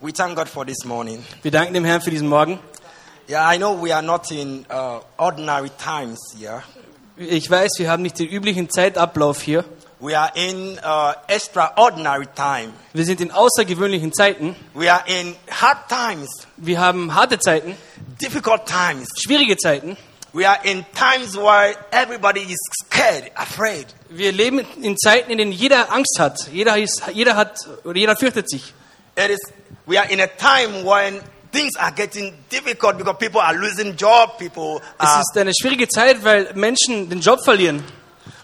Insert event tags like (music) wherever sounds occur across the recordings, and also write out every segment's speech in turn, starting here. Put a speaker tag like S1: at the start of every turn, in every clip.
S1: We thank God for this morning.
S2: Wir danken dem Herrn für diesen Morgen.
S1: Yeah, I know we are not in uh, ordinary times here.
S2: Ich weiß, wir haben nicht den üblichen Zeitablauf hier.
S1: We are in uh, extraordinary time.
S2: Wir sind in außergewöhnlichen Zeiten.
S1: We are in hard times,
S2: Wir haben harte Zeiten,
S1: difficult times.
S2: schwierige Zeiten.
S1: We are in times where everybody is scared, afraid.
S2: Wir leben in Zeiten, in denen jeder Angst hat. Jeder, ist, jeder hat oder jeder fürchtet sich.
S1: It is, we are in a time when things are getting difficult because people are losing job, people,
S2: Es
S1: are,
S2: ist eine schwierige Zeit, weil Menschen den Job verlieren.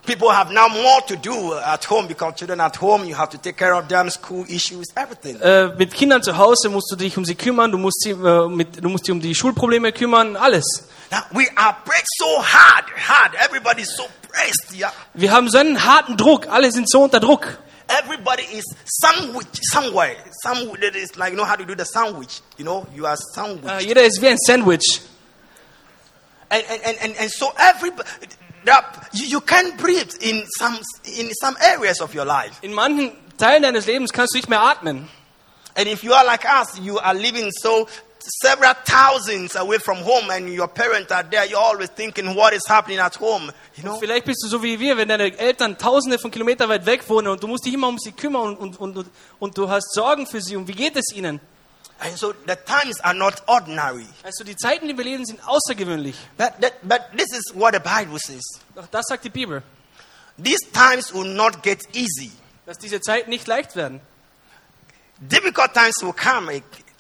S1: people have now more to do at home because children at home, you have to take care of them, school issues, everything.
S2: Äh, mit Kindern zu Hause musst du dich um sie kümmern, du musst, sie, äh, mit, du musst dich um die Schulprobleme kümmern, alles.
S1: Now, we are pressed so hard, hard. Everybody's so pressed, yeah.
S2: Wir haben so einen harten Druck, alle sind so unter Druck.
S1: Everybody is sandwich, somewhere. Some, it is like, you know how to do the sandwich. You know, you are sandwich.
S2: Äh, jeder ist wie ein Sandwich.
S1: and, and, and, and, and so everybody, there are- you, you can't breathe in some, in some areas of your life.
S2: In manchen Teilen deines Lebens kannst du nicht mehr atmen.
S1: And if you are like us, you are living so several thousands away from home and your parents are there, you're always thinking what is happening at home. You know?
S2: Vielleicht bist du so wie wir, wenn deine Eltern tausende von Kilometern weit weg wohnen und du musst dich immer um sie kümmern und, und, und, und du hast Sorgen für sie und wie geht es ihnen?
S1: And so the times are not ordinary.
S2: Also die Zeiten, die wir leben, sind außergewöhnlich.
S1: But, that, but this is what the Bible says.
S2: Doch das sagt die Bibel,
S1: These times will not get easy.
S2: dass diese Zeiten nicht leicht werden.
S1: Difficult times will come.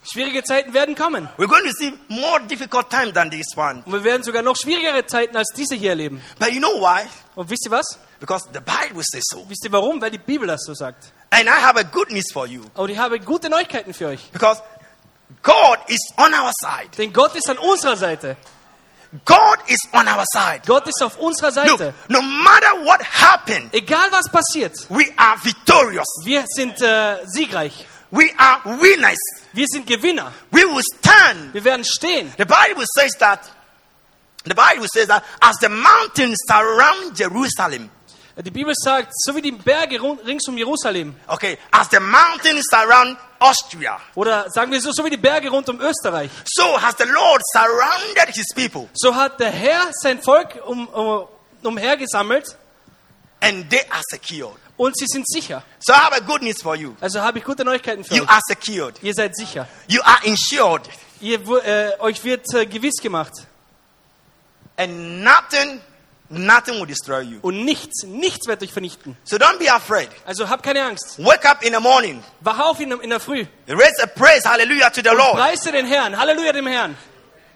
S2: Schwierige Zeiten werden kommen.
S1: We're going to see more difficult times than this one.
S2: Und wir werden sogar noch schwierigere Zeiten als diese hier erleben.
S1: But you know why?
S2: Und wisst ihr was?
S1: Because the Bible says so.
S2: Wisst ihr warum? Weil die Bibel das so sagt.
S1: And I have a good news for you.
S2: Aber ich habe gute Neuigkeiten für euch.
S1: Because God is on our side.
S2: Denn Gott ist an unserer Seite.
S1: God is on our side.
S2: Gott ist auf unserer
S1: Look,
S2: Seite.
S1: no matter what happened,
S2: Egal was passiert,
S1: we are victorious.
S2: wir sind äh, siegreich.
S1: We are winners.
S2: Wir sind Gewinner.
S1: We will stand.
S2: Wir werden stehen.
S1: The Bible says that. The Bible says that as the mountains surround Jerusalem,
S2: Die Bibel sagt, so wie die Berge rund- rings um Jerusalem
S1: okay, as the mountains surround Austria,
S2: oder sagen wir so, so wie die Berge rund um Österreich,
S1: so has the Lord surrounded his people,
S2: so hat der Herr sein Volk um, um, umhergesammelt
S1: and they are secured.
S2: und sie sind sicher.
S1: So I have a good news for you.
S2: Also habe ich gute Neuigkeiten für
S1: You
S2: euch.
S1: are secured.
S2: Ihr seid sicher.
S1: You are insured.
S2: Ihr, wu- äh, euch wird äh, gewiss gemacht
S1: And nothing, nothing will destroy you.
S2: und nichts, nichts wird euch vernichten.
S1: So don't be afraid.
S2: Also habt keine Angst.
S1: Wake up in the morning.
S2: Wach auf in, in der Früh.
S1: Raise a praise, hallelujah, to the Lord.
S2: Preise den Herrn. Halleluja dem Herrn.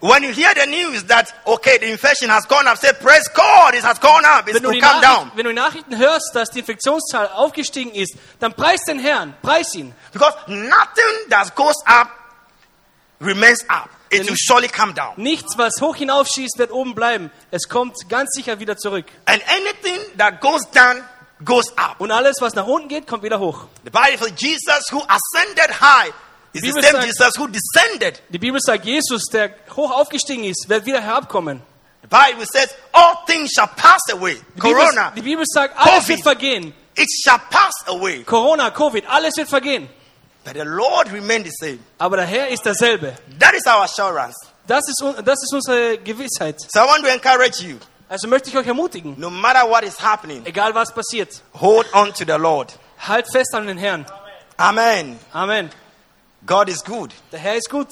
S1: When you hear the news that, okay, the infection has gone up, say, praise God, it has gone up, it's
S2: Wenn du, die
S1: will come down.
S2: Nachricht, wenn du die Nachrichten hörst, dass die Infektionszahl aufgestiegen ist, dann preis den Herrn. Preis ihn.
S1: Because nothing that goes up remains up. It
S2: Denn-
S1: will surely come down.
S2: Nichts, was hoch hinaufschießt, wird oben bleiben. Es kommt ganz sicher wieder zurück.
S1: And anything that goes down goes up.
S2: Und alles, was nach unten geht, kommt wieder hoch.
S1: The Bible says Jesus who ascended high is the
S2: Bibel
S1: same
S2: sagt-
S1: Jesus who descended.
S2: Die Bibel sagt, Jesus, der hoch aufgestiegen ist, wird wieder herabkommen.
S1: The Bible says all things shall pass away.
S2: Die Bibel,
S1: Corona,
S2: die Bibel sagt, alles
S1: Covid.
S2: wird vergehen.
S1: it shall pass away.
S2: Corona, Covid, alles wird vergehen.
S1: But the Lord remained the same.
S2: Aber der Herr ist derselbe.
S1: That is our assurance.
S2: Das ist, un- das ist unsere Gewissheit.
S1: So I want to encourage you.
S2: Also möchte ich euch ermutigen,
S1: No matter what is happening,
S2: egal was passiert,
S1: hold on to the Lord.
S2: halt fest an den Herrn.
S1: Amen.
S2: Amen.
S1: God is good.
S2: Der Herr ist gut.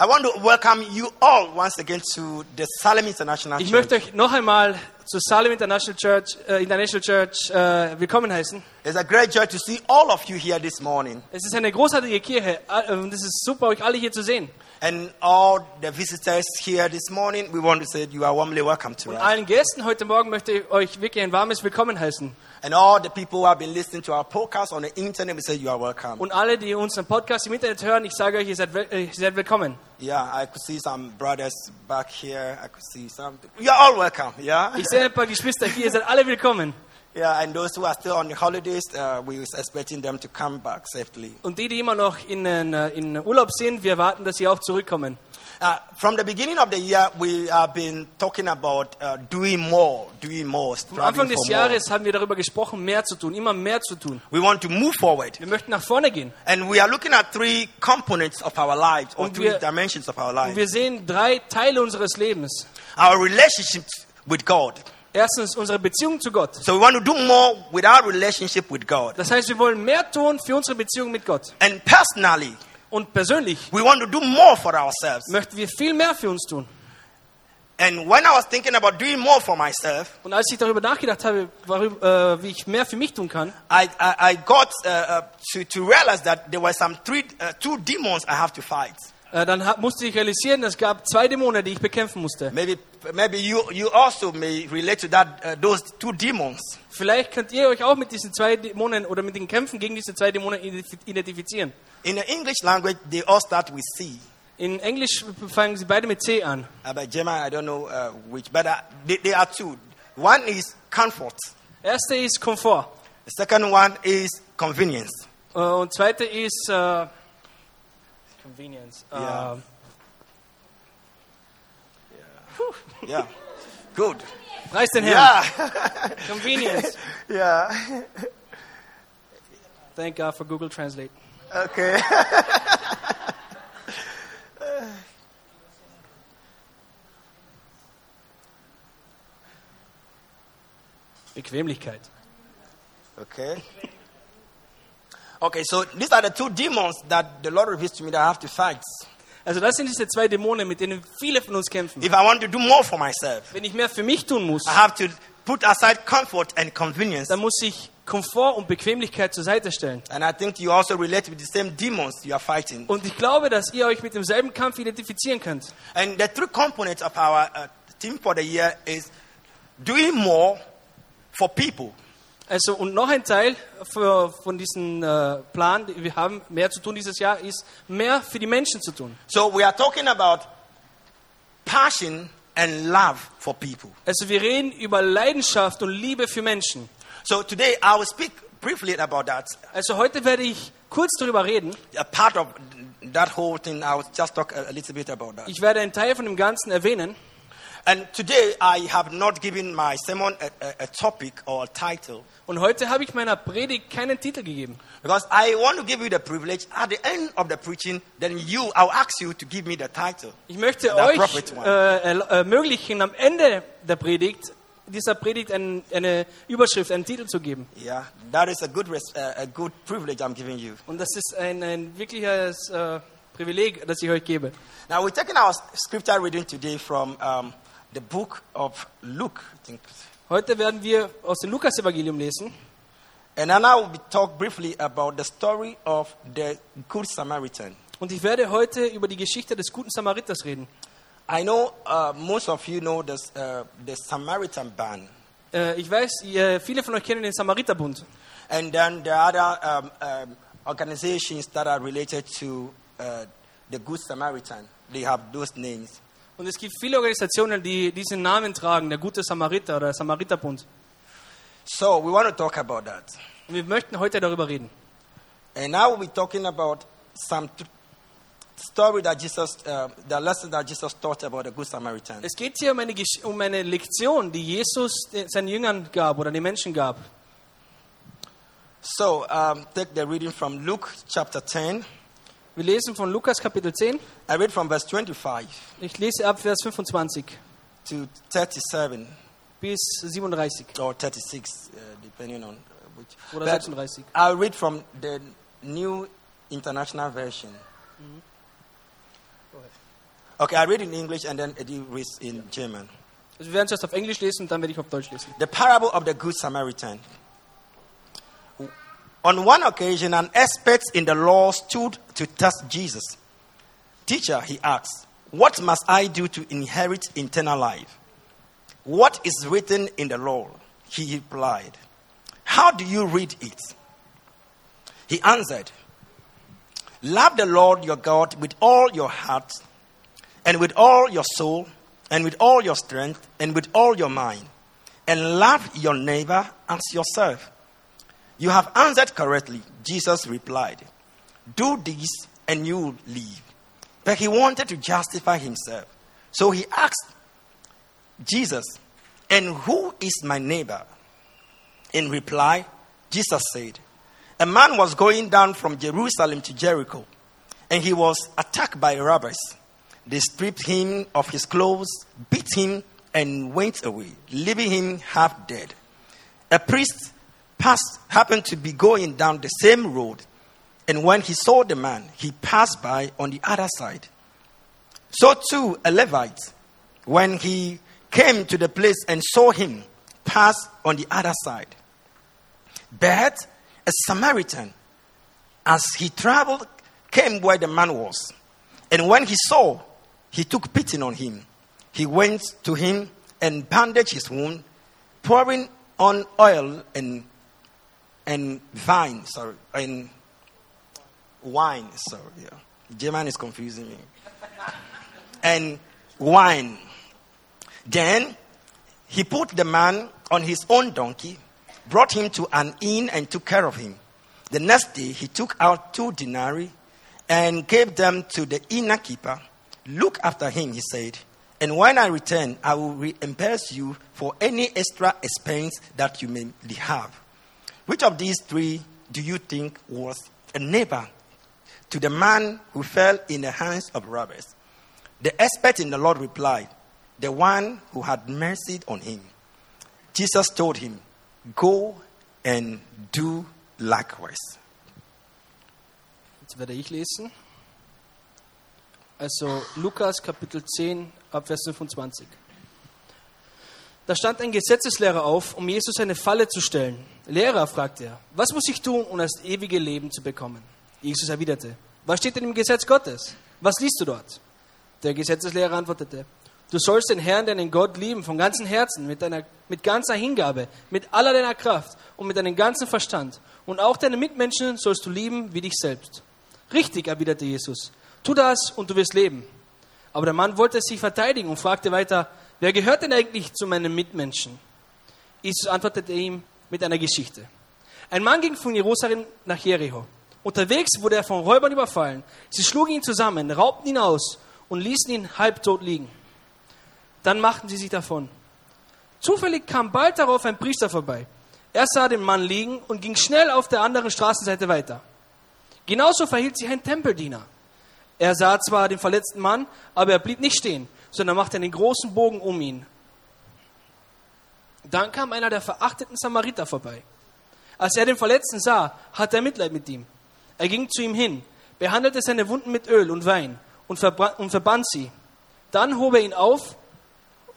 S1: I want to welcome you all once again to the Salem International
S2: Ich
S1: Church.
S2: möchte euch noch einmal zur Salem International Church, äh, International Church äh, willkommen heißen.
S1: It's a great joy to see all of you here this morning
S2: Es ist eine großartige Kirche äh, und es ist super, euch alle hier zu sehen.
S1: and all the visitors here this morning. We want to say you are warmly welcome to
S2: Und
S1: us.
S2: allen Gästen heute Morgen möchte ich euch wirklich ein warmes Willkommen heißen.
S1: And all the people who have been listening to our podcast on the internet, we say you are welcome.
S2: Und alle, die unseren Podcast im Internet hören, ich sage euch, ihr seid, wel- äh, ihr seid willkommen.
S1: Yeah, I could see some brothers back here. I could see some. You're all welcome. Yeah.
S2: Ich sehe ein paar Geschwister hier, ihr seid alle willkommen.
S1: Yeah, and those who are still on holidays, uh, we was expecting them to come back safely.
S2: Und die, die immer noch in, äh, in Urlaub sind, wir erwarten, dass sie auch zurückkommen.
S1: Uh, from the beginning of the year, we have been talking about uh, doing more, doing more,
S2: Am Anfang
S1: striving
S2: des
S1: for more.
S2: Jahres haben wir darüber gesprochen, mehr zu tun, immer mehr zu tun.
S1: We want to move forward,
S2: Wir möchten nach vorne gehen.
S1: and we are looking at three components of our lives, or
S2: Und
S1: three
S2: wir-
S1: dimensions of our
S2: Und
S1: lives:
S2: wir sehen drei Teile unseres Lebens.
S1: our relationships with God.
S2: Erstens unsere Beziehung zu Gott.
S1: So we want to do more with our relationship with God,
S2: Das heißt, wir wollen mehr tun für unsere Beziehung mit Gott.
S1: and personally,
S2: Und persönlich
S1: we want to do more for ourselves.
S2: möchten wir viel mehr für uns tun.
S1: And when I was thinking about doing more for myself,
S2: Und als ich darüber nachgedacht habe, worüber, äh, wie ich mehr für mich tun kann,
S1: I, I, I got uh, uh, to, to realize that there were some three, uh, two demons I have to fight.
S2: äh, dann ha- musste ich realisieren, es gab zwei Dämonen, die ich bekämpfen musste.
S1: Maybe, maybe you, you also may relate to that, uh, those two demons.
S2: Vielleicht könnt ihr euch auch mit diesen zwei Dämonen oder mit den Kämpfen gegen diese zwei Dämonen identif- identifizieren.
S1: In the English language, they all start with C.
S2: In Englisch fangen sie beide mit C an.
S1: Uh, but German, I don't know uh, which, but uh, they, they are two. One is comfort.
S2: Erste ist Komfort
S1: The second one is convenience.
S2: äh, und zweite ist äh, Convenience. Äh,
S1: Ja. Yeah. Good.
S2: Preis den Herrn.
S1: Yeah.
S2: Convenience.
S1: (laughs) yeah.
S2: Thank God for Google Translate.
S1: Okay.
S2: Bequemlichkeit.
S1: Okay. Okay, so these are the two demons that the Lord reveals to me that I have to fight.
S2: Also das sind diese zwei Dämonen, mit denen viele von uns kämpfen.
S1: If I want to do more for myself,
S2: Wenn ich mehr für mich tun muss,
S1: I have to put aside comfort and convenience.
S2: dann muss ich Komfort und Bequemlichkeit zur Seite stellen.
S1: And I think you also relate with the same demons you are fighting.
S2: Und ich glaube, dass ihr euch mit demselben Kampf identifizieren könnt.
S1: And the three components of our uh, theme for the year is doing more for people.
S2: Also und noch ein Teil für, von diesem äh, Plan, den wir haben, mehr zu tun dieses Jahr, ist mehr für die Menschen zu tun.
S1: So we are talking about passion and love for people.
S2: Also wir reden über Leidenschaft und Liebe für Menschen.
S1: So today I will speak briefly about that.
S2: Also heute werde ich kurz darüber reden.
S1: a part of that whole thing. I will just talk a, a little bit about that.
S2: Ich werde einen Teil von dem Ganzen erwähnen.
S1: And today, I have not given my sermon a, a, a topic or a title
S2: Und heute habe ich meiner Predigt keinen Titel gegeben.
S1: because I want to give you the privilege. At the end of the preaching, then you, I'll ask you to give me the title.
S2: Ich möchte
S1: The
S2: euch
S1: appropriate
S2: äh,
S1: one.
S2: erl- ermöglichen, am Ende der Predigt, dieser Predigt ein, eine Überschrift, einen Titel zu geben.
S1: Yeah, that is a good, res- uh, a good privilege I'm giving you.
S2: Und das ist ein, ein wirkliches äh, Privileg, das ich euch gebe.
S1: Now we're taking our s- scripture reading today from um, the book of Luke, I think.
S2: Heute werden wir aus dem Lukas-Evangelium lesen.
S1: And then I will be talk briefly about the story of the Good Samaritan.
S2: Und ich werde heute über die Geschichte des guten Samariters reden.
S1: I know uh, most of you know this, uh, the Samaritan ban,
S2: Äh, ich weiß, ihr, viele von euch kennen den Samariterbund.
S1: and then there are other um, um, organizations that are related to uh, the Good Samaritan. They have those names.
S2: Und es gibt viele Organisationen, die diesen Namen tragen, der gute Samariter oder der Samariterbund.
S1: So we want to talk about that,
S2: Und wir möchten heute darüber reden.
S1: and I will be talking about some t- story that Jesus, uh, the lesson that Jesus taught about the Good Samaritan.
S2: Es geht hier um eine, Gesch- um eine Lektion, die Jesus den- seinen Jüngern gab oder den Menschen gab.
S1: So um, take the reading from Luke chapter 10.
S2: Wir lesen von Lukas Kapitel 10.
S1: I read from verse 25
S2: Ich lese ab Vers 25
S1: to 37.
S2: bis 37.
S1: or 36, uh, depending on uh, which.
S2: Oder
S1: But
S2: 36.
S1: I'll read from the New International Version. Okay, I read in English and then Eddie reads in German.
S2: Also wir werden zuerst auf Englisch lesen und dann werde ich auf Deutsch lesen.
S1: The parable of the Good Samaritan. On one occasion, an expert in the law stood to test Jesus. Teacher, he asked, What must I do to inherit eternal life? What is written in the law? He replied, How do you read it? He answered, Love the Lord your God with all your heart, and with all your soul, and with all your strength, and with all your mind, and love your neighbor as yourself. You have answered correctly, Jesus replied. Do this and you will live. But he wanted to justify himself. So he asked Jesus, And who is my neighbor? In reply, Jesus said, A man was going down from Jerusalem to Jericho, and he was attacked by robbers. They stripped him of his clothes, beat him, and went away, leaving him half dead. A priest passed, happened to be going down the same road, and when he saw the man, he passed by on the other side. So too, a Levite, when he came to the place and saw him, passed on the other side. But a Samaritan, as he traveled, came where the man was. And when he saw, he took pity on him. He went to him and bandaged his wound, pouring on oil and, and vine, sorry, and wine. Sorry, yeah. German is confusing me. (laughs) and wine. Then he put the man on his own donkey, brought him to an inn, and took care of him. The next day he took out two denarii and gave them to the innkeeper. Look after him, he said. And when I return, I will reimburse you for any extra expense that you may have. Which of these three do you think was a neighbor to the man who fell in the hands of robbers? The expert in the Lord replied, The one who had mercy on him. Jesus told him, Go and do likewise.
S2: Jetzt werde ich lesen. Also Lukas Kapitel 10, Abvers 25. Da stand ein Gesetzeslehrer auf, um Jesus eine Falle zu stellen. Lehrer, fragte er, was muss ich tun, um das ewige Leben zu bekommen? Jesus erwiderte, was steht denn im Gesetz Gottes? Was liest du dort? Der Gesetzeslehrer antwortete, du sollst den Herrn, deinen Gott, lieben, von ganzem Herzen, mit, deiner, mit ganzer Hingabe, mit aller deiner Kraft und mit deinem ganzen Verstand. Und auch deine Mitmenschen sollst du lieben wie dich selbst. Richtig, erwiderte Jesus, tu das und du wirst leben. Aber der Mann wollte sich verteidigen und fragte weiter, wer gehört denn eigentlich zu meinen Mitmenschen? Jesus antwortete ihm mit einer Geschichte. Ein Mann ging von Jerusalem nach Jericho. Unterwegs wurde er von Räubern überfallen. Sie schlugen ihn zusammen, raubten ihn aus und ließen ihn halbtot liegen. Dann machten sie sich davon. Zufällig kam bald darauf ein Priester vorbei. Er sah den Mann liegen und ging schnell auf der anderen Straßenseite weiter. Genauso verhielt sich ein Tempeldiener. Er sah zwar den verletzten Mann, aber er blieb nicht stehen, sondern machte einen großen Bogen um ihn. Dann kam einer der verachteten Samariter vorbei. Als er den Verletzten sah, hatte er Mitleid mit ihm. Er ging zu ihm hin, behandelte seine Wunden mit Öl und Wein und, verbra- und verband sie. Dann hob er ihn auf,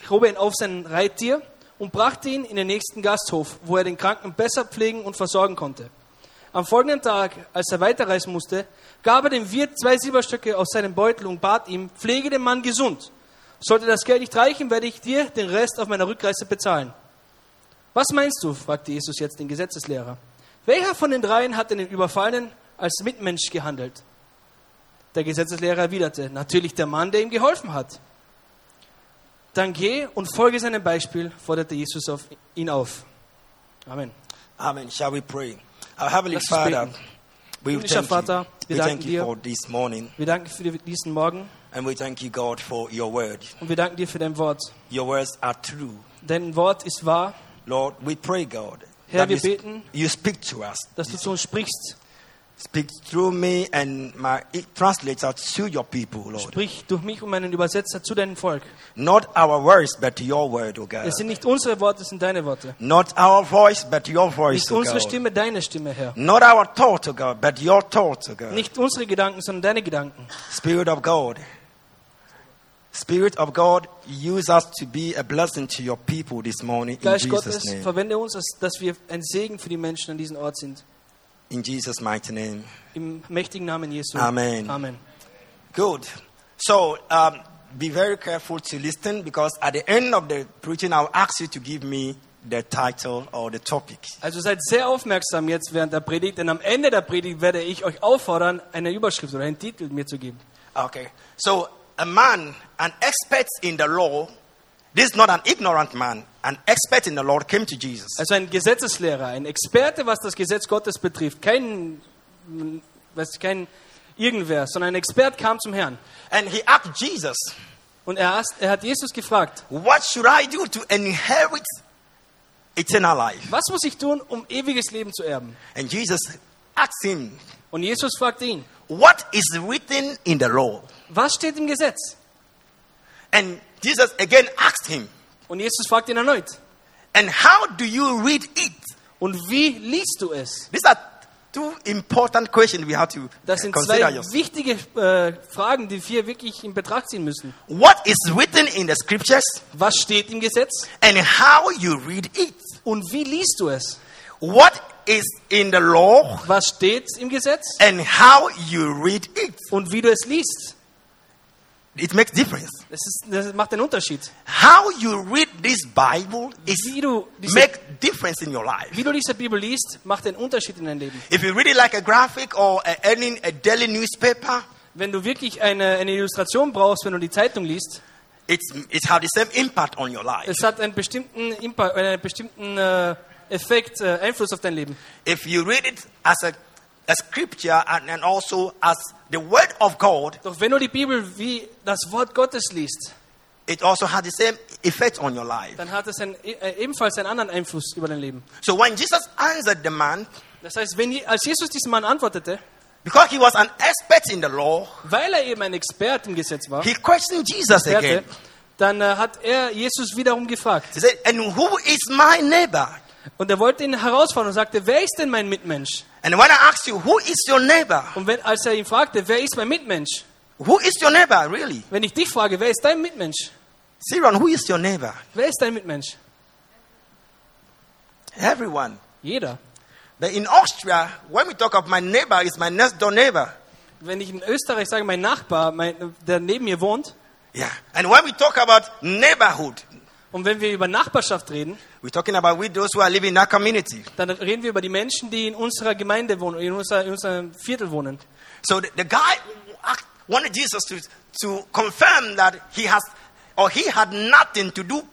S2: hob er ihn auf sein Reittier und brachte ihn in den nächsten Gasthof, wo er den Kranken besser pflegen und versorgen konnte. Am folgenden Tag, als er weiterreisen musste, gab er dem Wirt zwei Silberstücke aus seinem Beutel und bat ihm, pflege den Mann gesund. Sollte das Geld nicht reichen, werde ich dir den Rest auf meiner Rückreise bezahlen. Was meinst du? fragte Jesus jetzt den Gesetzeslehrer. Welcher von den dreien hat denn den Überfallenen als Mitmensch gehandelt? Der Gesetzeslehrer erwiderte, natürlich der Mann, der ihm geholfen hat. Dann geh und folge seinem Beispiel, forderte Jesus auf ihn auf. Amen.
S1: Amen. Shall we pray? Our Heavenly
S2: Let's
S1: Father,
S2: pray.
S1: we
S2: Himmlischer
S1: thank
S2: Vater,
S1: you.
S2: wir
S1: We
S2: danken
S1: thank you
S2: dir.
S1: for this morning,
S2: Wir danken für diesen Morgen
S1: and we thank you, God, for your word.
S2: und wir danken dir für dein Wort.
S1: Your words are true.
S2: Dein Wort ist wahr,
S1: Lord, we pray, God,
S2: Herr,
S1: that you
S2: wir
S1: sp-
S2: beten,
S1: you speak to us.
S2: dass du zu uns sprichst.
S1: Speak through me and my translator to your people, Lord.
S2: Sprich durch mich und meinen Übersetzer zu deinem Volk.
S1: Not our words, but your word, O God.
S2: Es sind nicht unsere Worte, es sind deine Worte.
S1: Not our voice, but your voice,
S2: Nicht
S1: O
S2: unsere
S1: God.
S2: Stimme, deine Stimme, Herr.
S1: Not our thought, O God, but your thought, O God.
S2: Nicht unsere Gedanken, sondern deine Gedanken.
S1: Spirit of God. Spirit of God, use us to be a blessing to your people this morning in
S2: Geist
S1: Jesus'
S2: Gottes,
S1: name.
S2: verwende uns, als- dass wir ein Segen für die Menschen an diesem Ort sind.
S1: In Jesus' mighty name.
S2: Im mächtigen Namen Jesu.
S1: Amen.
S2: Amen.
S1: Good. So um, be very careful to listen because at the end of the preaching, I'll ask you to give me the title or the topic.
S2: Also seid sehr aufmerksam jetzt während der Predigt, denn am Ende der Predigt werde ich euch auffordern, eine Überschrift oder einen Titel mir zu geben.
S1: Okay. So a man, an expert in the law, this is not an ignorant man. an expert in the Lord, came to Jesus.
S2: Also ein Gesetzeslehrer, ein Experte, was das Gesetz Gottes betrifft. Kein, mm, weiß, kein irgendwer, sondern ein Expert kam zum Herrn.
S1: And he asked Jesus,
S2: Und er, hast- er hat Jesus gefragt,
S1: What should I do to inherit eternal life?
S2: was muss ich tun, um ewiges Leben zu erben?
S1: And Jesus asked him,
S2: Und Jesus fragte ihn,
S1: What is written in the law?
S2: was steht im Gesetz?
S1: And Jesus again asked him,
S2: Und Jesus fragt ihn erneut,
S1: And how do you read it?
S2: und wie liest du es?
S1: These are two important questions we have to
S2: Das sind
S1: consider.
S2: zwei
S1: yourself.
S2: wichtige äh, Fragen, die wir wirklich in Betracht ziehen müssen.
S1: What is written in the scriptures
S2: Was steht im Gesetz
S1: and how you read it?
S2: und wie liest du es?
S1: What is in the law
S2: Was steht im Gesetz
S1: and how you read it?
S2: und wie du es liest?
S1: It makes difference.
S2: Das, ist, das macht einen Unterschied.
S1: How you read this Bible is
S2: Wie du, diese,
S1: make difference in your life.
S2: wie du diese Bibel liest, macht einen Unterschied in deinem Leben.
S1: If you read it like a graphic or a, any, a daily newspaper,
S2: Wenn du wirklich eine, eine Illustration brauchst, wenn du die Zeitung liest,
S1: it's, it's have the same impact on your life.
S2: es hat einen bestimmten, Impact, einen bestimmten äh, Effekt, äh, Einfluss auf dein Leben.
S1: If you read it as a, a scripture and, and also as the word of God,
S2: Doch wenn du die Bibel wie das Wort Gottes liest,
S1: it also has the same effect on your life.
S2: dann hat es ein, äh, ebenfalls einen anderen Einfluss über dein Leben.
S1: So when Jesus answered the man,
S2: Das heißt, wenn, je- als Jesus diesem Mann antwortete,
S1: because he was an expert in the law,
S2: weil er eben ein Expert im Gesetz war,
S1: he questioned Jesus again.
S2: Experte, dann äh, hat er Jesus wiederum gefragt.
S1: He said, And who is my neighbor?
S2: Und er wollte ihn herausfordern und sagte, wer ist denn mein Mitmensch?
S1: And when I asked you, who is your neighbor?
S2: Und wenn, als er ihn fragte, wer ist mein Mitmensch?
S1: Who is your neighbor, really?
S2: Wenn ich dich frage, wer ist dein Mitmensch?
S1: Siron, who is your neighbor?
S2: Wer ist dein Mitmensch?
S1: Everyone.
S2: Jeder.
S1: But in Austria, when we talk of my neighbor, it's my next door neighbor.
S2: Wenn ich in Österreich sage, mein Nachbar, mein, der neben mir wohnt,
S1: Yeah. And when we talk about neighborhood,
S2: und wenn wir über Nachbarschaft reden,
S1: we're talking about we those who are living in our community.
S2: dann reden wir über die Menschen, die in unserer Gemeinde wohnen, in, unserer, in unserem Viertel wohnen.
S1: So the, the guy asked- wanted Jesus to, to confirm that he has or he had nothing to do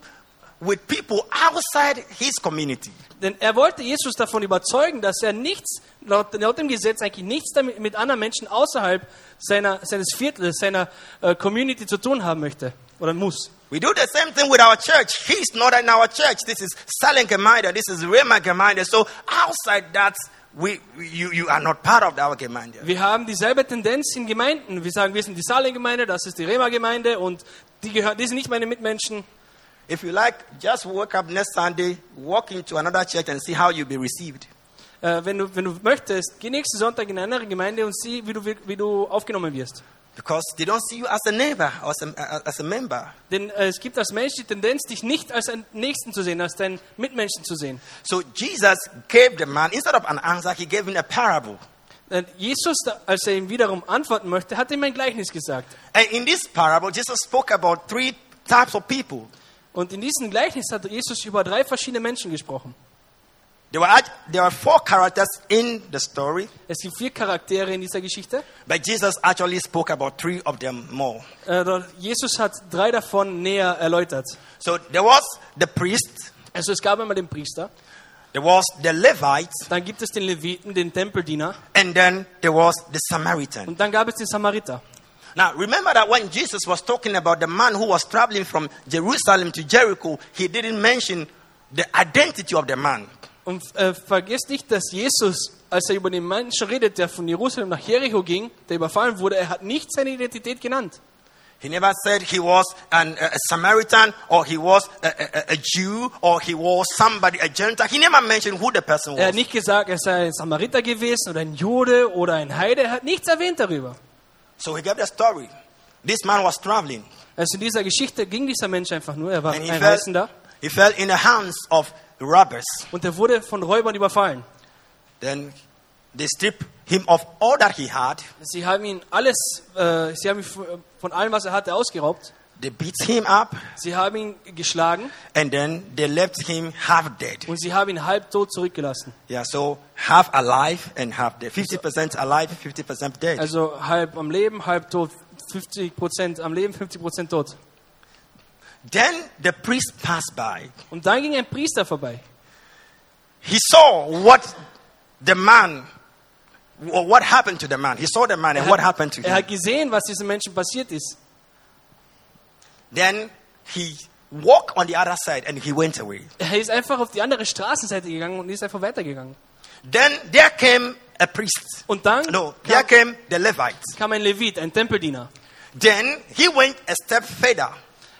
S1: with people outside his community.
S2: Denn er wollte Jesus davon überzeugen, dass er nichts, laut, laut dem Gesetz eigentlich nichts damit, mit anderen Menschen außerhalb seiner, seines Viertels, seiner äh, Community zu tun haben möchte oder muss.
S1: We do the same thing with our church. He's not in our church. This is Salem Gemeinde. This is Rema Gemeinde. So outside that, we, we- you, you are not part of our Gemeinde.
S2: Wir haben dieselbe Tendenz in Gemeinden. Wir sagen, wir sind die Salem-Gemeinde, das ist die Rema-Gemeinde und die, gehören, die sind nicht meine Mitmenschen.
S1: If you like, just wake up next Sunday, walk into another church and see how you'll be received.
S2: Äh, wenn, du, wenn du möchtest, geh nächsten Sonntag in eine andere Gemeinde und sieh, wie du, wirk- wie du aufgenommen wirst.
S1: Because they don't see you as a neighbor or as a, as a member.
S2: Denn äh, es gibt als Mensch die Tendenz, dich nicht als einen Nächsten zu sehen, als deinen Mitmenschen zu sehen.
S1: So Jesus gave the man, instead of an answer, he gave him a parable.
S2: Denn Jesus, da- als er ihm wiederum antworten möchte, hat ihm ein Gleichnis gesagt.
S1: And in this parable, Jesus spoke about three types of people.
S2: Und in diesem Gleichnis hat Jesus über drei verschiedene Menschen gesprochen.
S1: There were, act- there were four characters in the story,
S2: Es gibt vier Charaktere in dieser Geschichte.
S1: but Jesus actually spoke about three of them more.
S2: Äh, doch Jesus hat drei davon näher erläutert.
S1: So there was the priest,
S2: Also es gab einmal den Priester,
S1: there was the Levite,
S2: dann gibt es den Leviten, den Tempeldiener
S1: and then there was the Samaritan.
S2: und dann gab es den Samariter.
S1: Now, remember that when Jesus was talking about the man who was traveling from Jerusalem to Jericho, he didn't mention the identity of the man.
S2: Und äh, vergiss nicht, dass Jesus, als er über den Menschen redet, der von Jerusalem nach Jericho ging, der überfallen wurde, er hat nicht seine Identität genannt.
S1: He never said he was an, a, a Samaritan or he was a, a- a, a Jew or he was somebody, a Gentile. He never mentioned who the person was.
S2: Er hat nicht gesagt, er sei ein Samariter gewesen oder ein Jude oder ein Heide. Er hat nichts erwähnt darüber.
S1: so he gave the story. This man was traveling
S2: Also in dieser Geschichte ging dieser Mensch einfach nur. Er war
S1: and
S2: ein
S1: he fell,
S2: Reisender
S1: he fell in the hands of robbers.
S2: und er wurde von Räubern überfallen.
S1: Then they stripped him of all that he had.
S2: Sie haben ihn alles, äh, sie haben ihn f- von allem, was er hatte, ausgeraubt.
S1: They beat him up
S2: Sie haben ihn geschlagen
S1: and then they left him half dead.
S2: und sie haben ihn halbtot zurückgelassen.
S1: Yeah, so half alive and half dead. 50% alive, 50% dead.
S2: Also halb am Leben, halb tot, 50% am Leben, 50% tot.
S1: Then the priest passed by.
S2: Und dann ging ein Priester vorbei.
S1: He saw what the man, wh- what happened to the man. He saw the man and what happened to
S2: er
S1: him.
S2: hat gesehen, was diesem Menschen passiert ist.
S1: Then he walked on the other side and he went away.
S2: Er ist einfach auf die andere Straßenseite gegangen und ist einfach weitergegangen.
S1: Then there came a priest.
S2: Und dann
S1: No, there
S2: kam,
S1: came the Levite.
S2: kam ein Levit, ein Tempeldiener.
S1: Then he went a step further.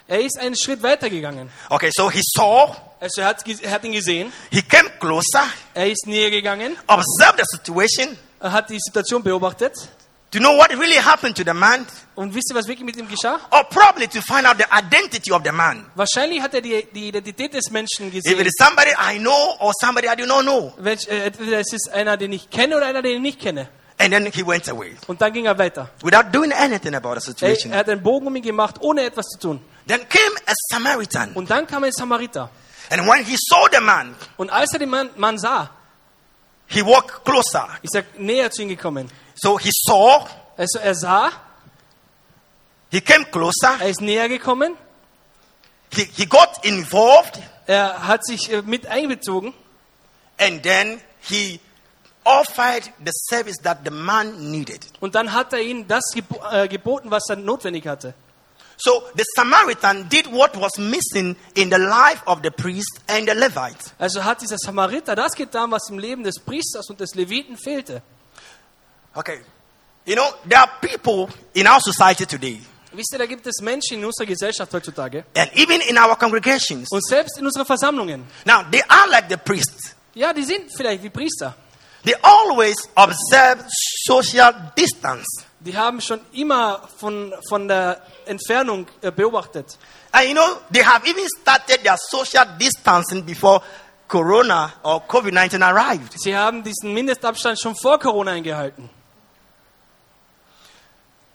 S2: Er ist einen Schritt weitergegangen.
S1: Okay, so he saw,
S2: Also er hat, ge- er hat ihn gesehen,
S1: he came closer,
S2: er ist näher gegangen,
S1: observed the situation
S2: er hat die Situation beobachtet
S1: to know what really happened to the man,
S2: und wisst ihr, was wirklich mit ihm geschah?
S1: or probably to find out the identity of the man.
S2: Wahrscheinlich hat er die, die Identität des Menschen
S1: If it
S2: gesehen.
S1: is somebody I know or somebody I do not know.
S2: Welch, äh, entweder es ist einer, den ich kenne oder einer, den ich nicht kenne.
S1: And then he went away
S2: Und dann ging er weiter.
S1: without doing anything about the
S2: Er,
S1: situation.
S2: er hat einen Bogen um ihn gemacht, ohne etwas zu tun.
S1: Then came a Samaritan.
S2: Und dann kam ein Samariter.
S1: And when he saw the man,
S2: Und als er den Mann, Mann sah,
S1: he walked closer.
S2: ist er näher zu ihm gekommen.
S1: So he saw,
S2: Also er sah,
S1: he came closer,
S2: er ist näher gekommen,
S1: he, he got involved,
S2: er hat sich äh, mit einbezogen
S1: and then he offered the service that the man needed.
S2: und dann hat er ihnen das gebo äh, geboten, was er notwendig hatte.
S1: So the Samaritan did what was missing in the life of the priest and the Levite.
S2: Also hat dieser Samariter das getan, was im Leben des Priesters und des Leviten fehlte.
S1: Okay. You know, there are people in our society today,
S2: Wisst ihr, da gibt es Menschen in unserer Gesellschaft heutzutage
S1: and even in our congregations,
S2: und selbst in unseren Versammlungen.
S1: Now, they are like the priests.
S2: Ja, die sind vielleicht wie Priester.
S1: They always observe social distance.
S2: Die haben schon immer von, von der Entfernung äh, beobachtet.
S1: And you know, they have even started their social distancing before Corona or COVID 19 arrived.
S2: Sie haben diesen Mindestabstand schon vor Corona eingehalten.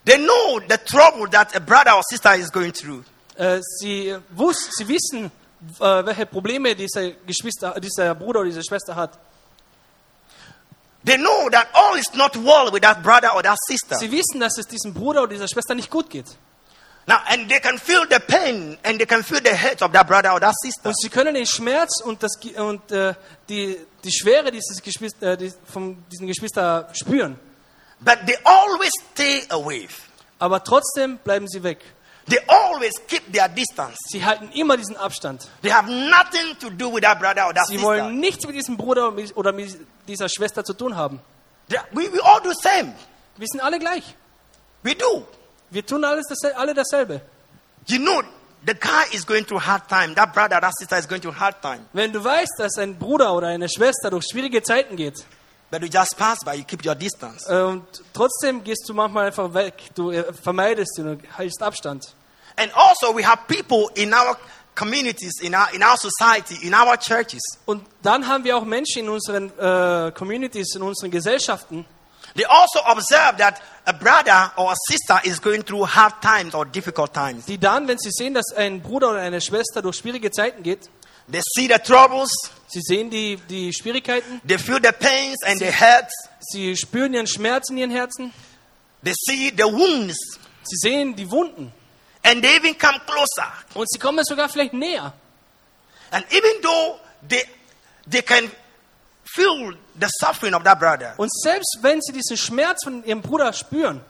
S1: They know the trouble that a brother or sister is going through.
S2: Äh, sie, wus sie wissen, äh, welche Probleme dieser, Geschwister, dieser Bruder oder diese Schwester hat.
S1: They know that all is not well with that brother or that sister.
S2: Sie wissen, dass es diesem Bruder oder dieser Schwester nicht gut geht.
S1: Now, and they can feel the pain and they can feel the hurt of that brother or that sister.
S2: Und sie können den Schmerz und, das, Ge- und äh, die, die Schwere dieses Geschwister, äh, dies- von diesen Geschwister spüren.
S1: But they always stay away.
S2: Aber trotzdem bleiben sie weg.
S1: They always keep their distance.
S2: Sie halten immer diesen Abstand.
S1: They have nothing to do with that brother or that
S2: Sie
S1: sister.
S2: wollen nichts mit diesem Bruder oder mit- oder mit dieser Schwester zu tun haben.
S1: There- We, we all do the same.
S2: Wir sind alle gleich.
S1: We do.
S2: Wir tun alles dasselbe, alle dasselbe.
S1: You know, the guy is going through hard time. That brother, that sister is going through hard time.
S2: Wenn du weißt, dass ein Bruder oder eine Schwester durch schwierige Zeiten geht,
S1: But you just pass by, you keep your distance.
S2: äh, und trotzdem gehst du manchmal einfach weg, du äh, vermeidest ihn und hältst Abstand.
S1: And also, we have people in our communities, in our, in our society, in our churches.
S2: Und dann haben wir auch Menschen in unseren äh, Communities, in unseren Gesellschaften,
S1: They also observe that a brother or a sister is going through hard times or difficult times.
S2: die dann, wenn sie sehen, dass ein Bruder oder eine Schwester durch schwierige Zeiten geht,
S1: They see the troubles,
S2: sie sehen die, die Schwierigkeiten,
S1: they feel the pains and the hurts,
S2: sie spüren ihren Schmerz in ihren Herzen,
S1: they see the wounds,
S2: sie sehen die Wunden
S1: and they even come closer.
S2: und sie kommen sogar vielleicht näher.
S1: And even though they, they can feel the suffering of that brother
S2: Und selbst wenn sie diesen Schmerz von ihrem Bruder spüren,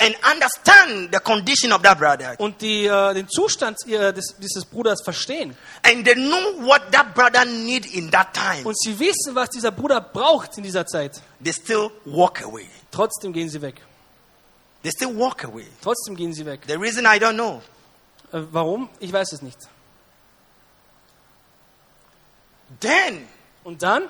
S1: and understand the condition of that brother,
S2: und die, äh, den Zustand ihr, des, dieses Bruders verstehen.
S1: and they know what that brother need in that time,
S2: Und sie wissen, was dieser Bruder braucht in dieser Zeit.
S1: they still walk away.
S2: Trotzdem gehen sie weg.
S1: They still walk away.
S2: Trotzdem gehen sie weg.
S1: The reason I don't know,
S2: Äh, warum? Ich weiß es nicht.
S1: then
S2: Und dann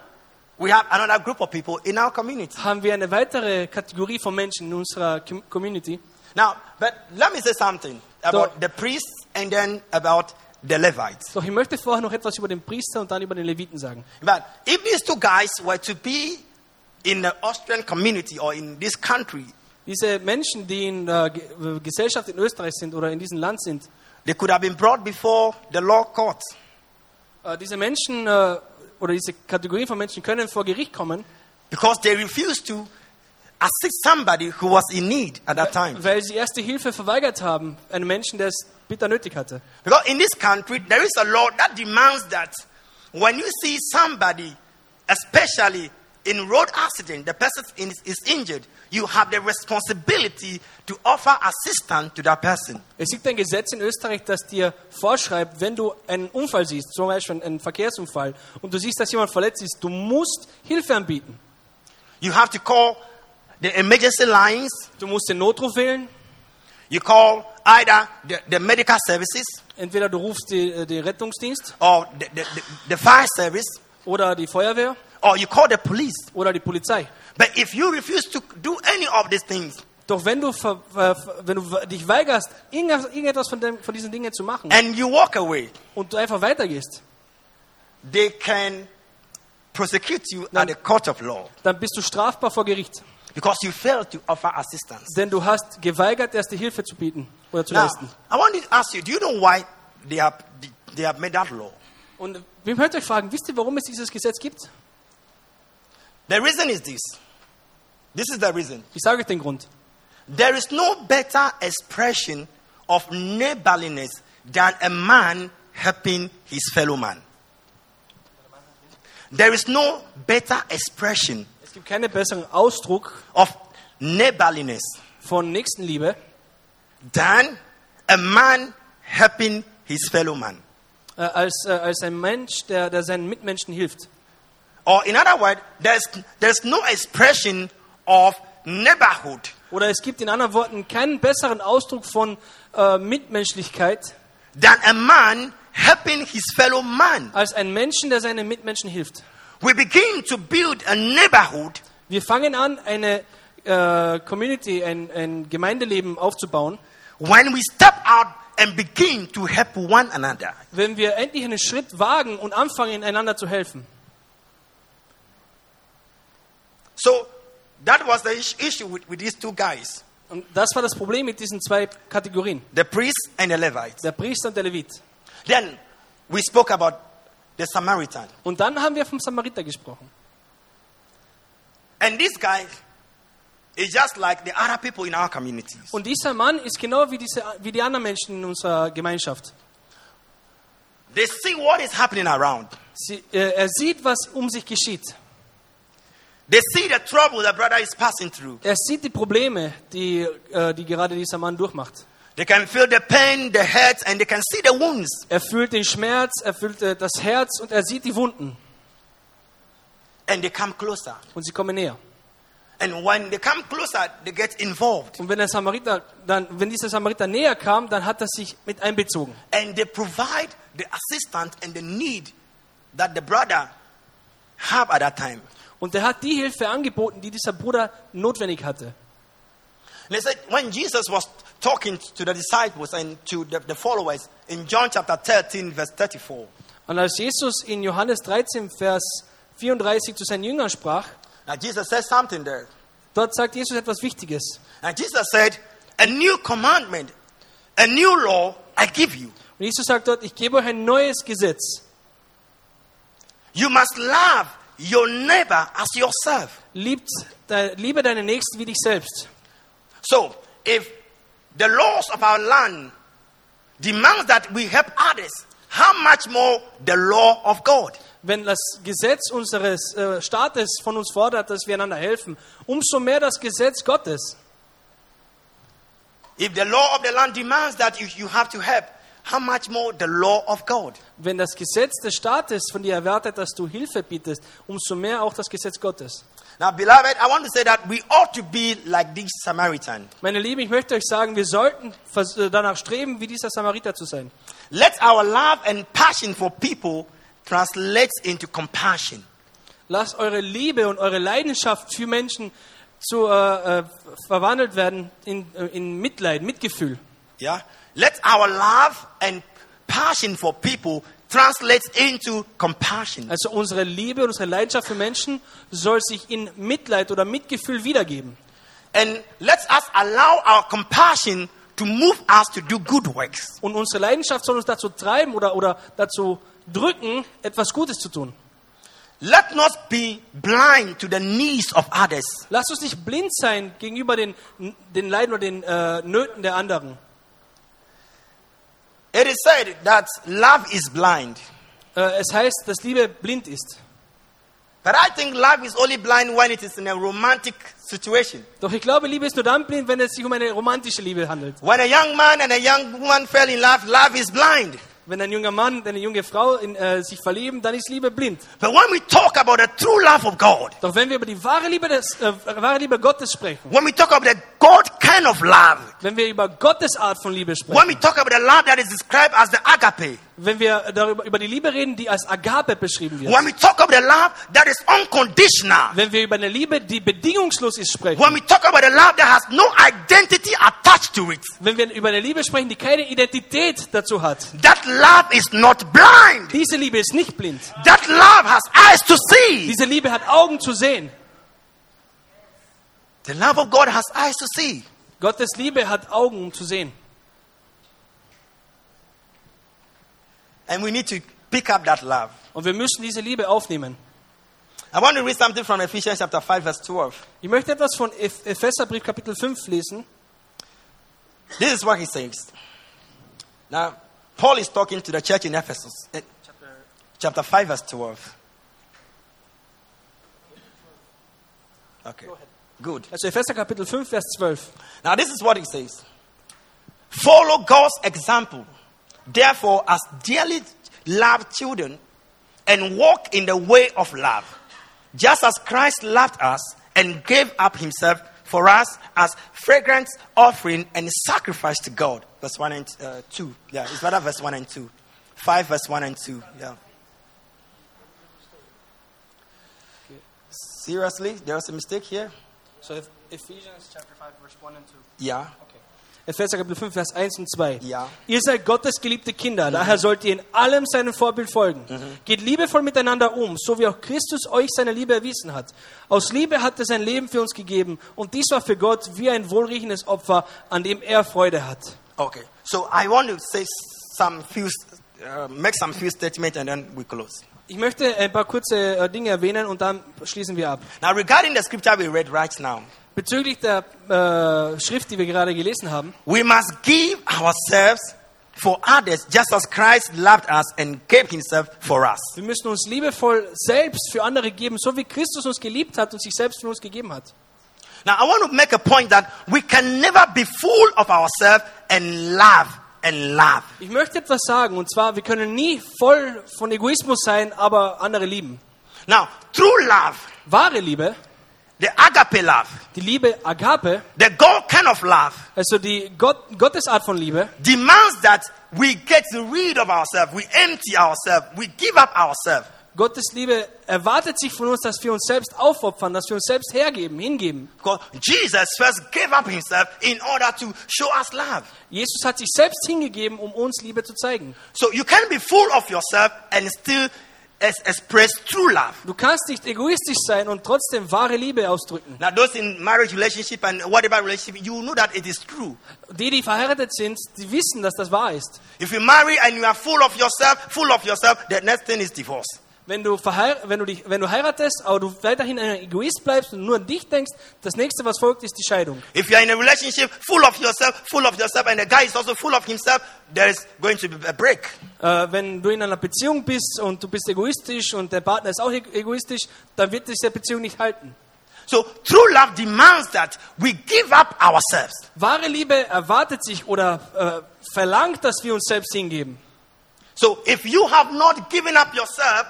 S1: we have another group of people in our community.
S2: haben wir eine weitere Kategorie von Menschen in unserer Com- Community.
S1: Now, but let me say something about
S2: So-
S1: the priests and then about the Levites.
S2: Doch ich möchte vorher noch etwas über den Priester und dann über den Leviten sagen.
S1: But if these two guys were to be in the Austrian community or in this country,
S2: Diese Menschen, die in der Ge- äh, Gesellschaft in Österreich sind oder in diesem Land sind,
S1: They could have been brought before the law court.
S2: äh, diese Menschen äh, oder diese Kategorien von Menschen können vor Gericht kommen,
S1: Because they refused to assist somebody who was in need at that time.
S2: weil sie erste Hilfe verweigert haben, einem Menschen, der es bitter nötig hatte.
S1: Because in this country, there is a law that demands that when you see somebody, especially in road accident, the person is- is injured, you have the responsibility to offer assistance to that person.
S2: Es gibt ein Gesetz in Österreich, das dir vorschreibt, wenn du einen Unfall siehst, zum Beispiel einen Verkehrsunfall, und du siehst, dass jemand verletzt ist, du musst Hilfe anbieten.
S1: You have to call the emergency lines.
S2: Du musst den Notruf wählen,
S1: You call either the, the medical services
S2: entweder du rufst die, äh, den Rettungsdienst
S1: or the, the, the, the fire service
S2: oder die Feuerwehr
S1: or you call the police.
S2: oder die Polizei.
S1: But if you refuse to do any of these things
S2: Doch wenn du, ver, ver, ver- wenn du dich weigerst, irgendwas- irgendetwas von, dem, von diesen Dingen zu machen
S1: and you walk away,
S2: und du einfach weitergehst,
S1: they can prosecute you
S2: Now-
S1: at the court of law
S2: dann bist du strafbar vor Gericht.
S1: because you failed to offer assistance.
S2: Denn du hast geweigert, erste Hilfe zu bieten oder zu
S1: Now,
S2: leisten.
S1: I want to ask you, do you know why they have, they have made that law?
S2: Und wir möchten euch fragen, wisst ihr, warum es dieses Gesetz gibt?
S1: The reason is this. This is the reason.
S2: Ich sage euch den Grund.
S1: There is no better expression of neighborliness than a man helping his fellow man. There is no better expression
S2: Es gibt keinen besseren Ausdruck
S1: of neighborliness
S2: von Nächstenliebe
S1: than a man helping his fellow man.
S2: äh, als, äh, als ein Mensch, der, der seinen Mitmenschen hilft.
S1: Or, in other words, there's, there's no expression of neighborhood
S2: Oder es gibt in anderen Worten keinen besseren Ausdruck von äh, Mitmenschlichkeit
S1: than a man helping his fellow man.
S2: als ein Menschen, der seinen Mitmenschen hilft.
S1: We begin to build a neighborhood
S2: Wir fangen an, eine äh, Community, ein, ein Gemeindeleben aufzubauen,
S1: When we step out and begin to help one another,
S2: wenn wir endlich einen Schritt wagen und anfangen, einander zu helfen.
S1: so that was the is- issue with, with these two guys,
S2: Und das war das Problem mit diesen zwei Kategorien,
S1: the priest and the Levite.
S2: der Priester und der Levit.
S1: Then we spoke about the Samaritan,
S2: Und dann haben wir vom Samariter gesprochen.
S1: and this guy is just like the other people in our communities.
S2: Und dieser Mann ist genau wie, diese, wie die anderen Menschen in unserer Gemeinschaft.
S1: They see what is happening around.
S2: Sie, äh, er sieht, was um sich geschieht.
S1: They see the trouble the brother is passing through.
S2: Er sieht die Probleme, die, äh, die gerade dieser Mann durchmacht.
S1: They can feel the pain, the hurt, and they can see the wounds.
S2: Er fühlt den Schmerz, er fühlt äh, das Herz und er sieht die Wunden.
S1: And they come closer.
S2: Und sie kommen näher.
S1: And when they come closer, they get involved.
S2: Und wenn, der Samariter dann, wenn dieser Samariter näher kam, dann hat er sich mit einbezogen.
S1: and they provide the assistance and the need that the brother have at that time.
S2: Und er hat die Hilfe angeboten, die dieser Bruder notwendig hatte.
S1: They said when Jesus was talking to the disciples and to the, the followers in John chapter 13, verse 34,
S2: Und als Jesus in Johannes 13, Vers 34 zu seinen Jüngern sprach,
S1: now Jesus said something there.
S2: dort sagt Jesus etwas Wichtiges.
S1: And Jesus said, A new commandment, a new law I give you.
S2: Und Jesus sagt dort, ich gebe euch ein neues Gesetz.
S1: You must love your neighbor as yourself.
S2: Liebt, de, liebe deinen Nächsten wie dich selbst.
S1: So, if the laws of our land demands that we help others, how much more the law of God?
S2: Wenn das Gesetz unseres äh, Staates von uns fordert, dass wir einander helfen, umso mehr das Gesetz Gottes.
S1: If the law of the land demands that you, you have to help, how much more the law of God?
S2: Wenn das Gesetz des Staates von dir erwartet, dass du Hilfe bietest, umso mehr auch das Gesetz Gottes.
S1: Now, beloved, I want to say that we ought to be like this Samaritan.
S2: Meine Lieben, ich möchte euch sagen, wir sollten vers- äh, danach streben, wie dieser Samariter zu sein.
S1: Let our love and passion for people translate into compassion.
S2: Lasst eure Liebe und eure Leidenschaft für Menschen zu, äh, äh, verwandelt werden in, äh, in Mitleid, Mitgefühl.
S1: Yeah? Let our love and passion for people translate into compassion.
S2: Also unsere Liebe und unsere Leidenschaft für Menschen soll sich in Mitleid oder Mitgefühl wiedergeben.
S1: And let us allow our compassion to move us to do good works.
S2: Und unsere Leidenschaft soll uns dazu treiben oder, oder dazu drücken, etwas Gutes zu tun.
S1: Let not be blind to the needs of others.
S2: Lasst uns nicht blind sein gegenüber den, den Leiden oder den äh, Nöten der anderen.
S1: It is said that love is blind.
S2: Äh, es heißt, dass Liebe blind ist.
S1: But I think love is only blind when it is in a romantic situation.
S2: Doch ich glaube, Liebe ist nur dann blind, wenn es sich um eine romantische Liebe handelt.
S1: When a young man and a young woman fell in love, love is blind.
S2: Wenn ein junger Mann, und eine junge Frau in, äh, sich verlieben, dann ist Liebe blind.
S1: But when we talk about the true love of God,
S2: Doch wenn wir über die wahre Liebe, des, äh, wahre Liebe Gottes sprechen,
S1: when we talk about the God kind of love,
S2: wenn wir über Gottes Art von Liebe
S1: when we
S2: sprechen,
S1: talk about the love that is described as the agape,
S2: wenn wir darüber, über die Liebe reden, die als Agape beschrieben wird,
S1: when we talk about the love that is unconditional,
S2: wenn wir über eine Liebe, die bedingungslos ist, sprechen,
S1: when we talk about the love that has no identity attached to it,
S2: wenn wir über eine Liebe sprechen, die keine Identität dazu hat,
S1: that love is not blind.
S2: diese Liebe ist nicht blind.
S1: That love has eyes to see.
S2: Diese Liebe hat Augen zu sehen.
S1: The love of God has eyes to see.
S2: Gottes Liebe hat Augen, um zu sehen.
S1: And we need to pick up that love.
S2: Und wir müssen diese Liebe aufnehmen.
S1: I want to read something from Ephesians chapter 5 verse 12.
S2: Ich möchte etwas von Eph- Epheserbrief Kapitel 5 lesen.
S1: This is what he says. Now, Paul is talking to the church in Ephesus, eh, chapter 5, verse 12. Okay, good.
S2: Also Epheser Kapitel 5, Vers 12.
S1: Now, this is what he says Follow God's example, therefore, as dearly loved children, and walk in the way of love, just as Christ loved us and gave up himself for us as fragrant offering and sacrifice to God. Verse 1 and uh, 2. Yeah, it's rather verse 1 and 2. 5, verse 1 and 2. Yeah. Seriously, there's a mistake here?
S2: So Ephesians chapter 5, Vers 1 and 2.
S1: Yeah.
S2: Epheser Kapitel 5, Vers 1 und 2.
S1: Ja.
S2: Ihr seid Gottes geliebte Kinder, daher sollt ihr in allem seinem Vorbild folgen. Geht liebevoll miteinander um, so wie auch Christus euch seine Liebe erwiesen hat. Aus Liebe hat er sein Leben für uns gegeben und dies war für Gott wie ein wohlriechendes Opfer, an dem er Freude hat.
S1: Okay, so I want to say some few, uh, make some few statements and then we close.
S2: Ich möchte ein paar kurze äh, Dinge erwähnen und dann schließen wir ab.
S1: Now, regarding the scripture we read right now,
S2: Bezüglich der äh, Schrift, die wir gerade gelesen haben,
S1: we must give ourselves for others just as Christ loved us and gave himself for us.
S2: wir müssen uns liebevoll selbst für andere geben, so wie Christus uns geliebt hat und sich selbst für uns gegeben hat.
S1: Now, I want to make a point that we can never be full of ourselves and love and love.
S2: Ich möchte etwas sagen, und zwar, wir können nie voll von Egoismus sein, aber andere lieben.
S1: Now, true love,
S2: Wahre Liebe,
S1: the agape love,
S2: die Liebe Agape,
S1: the God kind of love,
S2: also die Gott, Gottesart von Liebe,
S1: demands that we get rid of ourselves, we empty ourselves, we give up ourselves.
S2: Gottes Liebe erwartet sich von uns, dass wir uns selbst aufopfern, dass wir uns selbst hergeben, hingeben.
S1: Because Jesus first gave up himself in order to show us love.
S2: Jesus hat sich selbst hingegeben, um uns Liebe zu zeigen.
S1: So you can be full of yourself and still es- express true love.
S2: Du kannst nicht egoistisch sein und trotzdem wahre Liebe ausdrücken.
S1: Now, those in marriage relationship and whatever relationship, you know that it is true.
S2: Die, die verheiratet sind, die wissen, dass das wahr ist.
S1: If you marry and you are full of yourself, full of yourself, the next thing is divorce.
S2: Wenn du, verheir wenn, du dich, wenn du heiratest, aber du weiterhin ein Egoist bleibst und nur an dich denkst, das nächste, was folgt, ist die Scheidung.
S1: If you are in a relationship full of yourself, full of yourself, and the guy is also full of himself, there is going to be a break.
S2: Äh, wenn du in einer Beziehung bist und du bist egoistisch und der Partner ist auch e- egoistisch, dann wird diese Beziehung nicht halten.
S1: So true love demands that we give up ourselves.
S2: Wahre Liebe erwartet sich oder äh, verlangt, dass wir uns selbst hingeben.
S1: So if you have not given up yourself,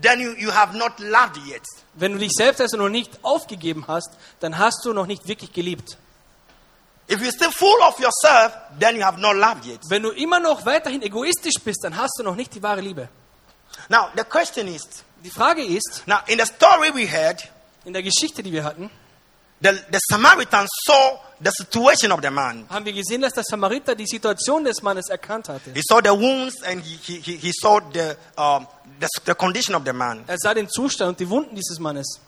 S1: then you, you have not loved yet.
S2: Wenn du dich selbst also noch nicht aufgegeben hast, dann hast du noch nicht wirklich geliebt.
S1: If you're still full of yourself, then you have not loved yet.
S2: Wenn du immer noch weiterhin egoistisch bist, dann hast du noch nicht die wahre Liebe.
S1: Now, the question is
S2: Die Frage ist,
S1: now, in the story we heard,
S2: in der Geschichte, die wir hatten,
S1: the, the Samaritan saw the situation of the man.
S2: haben wir gesehen, dass der Samariter die Situation des Mannes erkannt hatte.
S1: He saw the wounds and he, he, he- he saw the, um, the, the condition of the man.
S2: Er sah den Zustand und die Wunden dieses Mannes.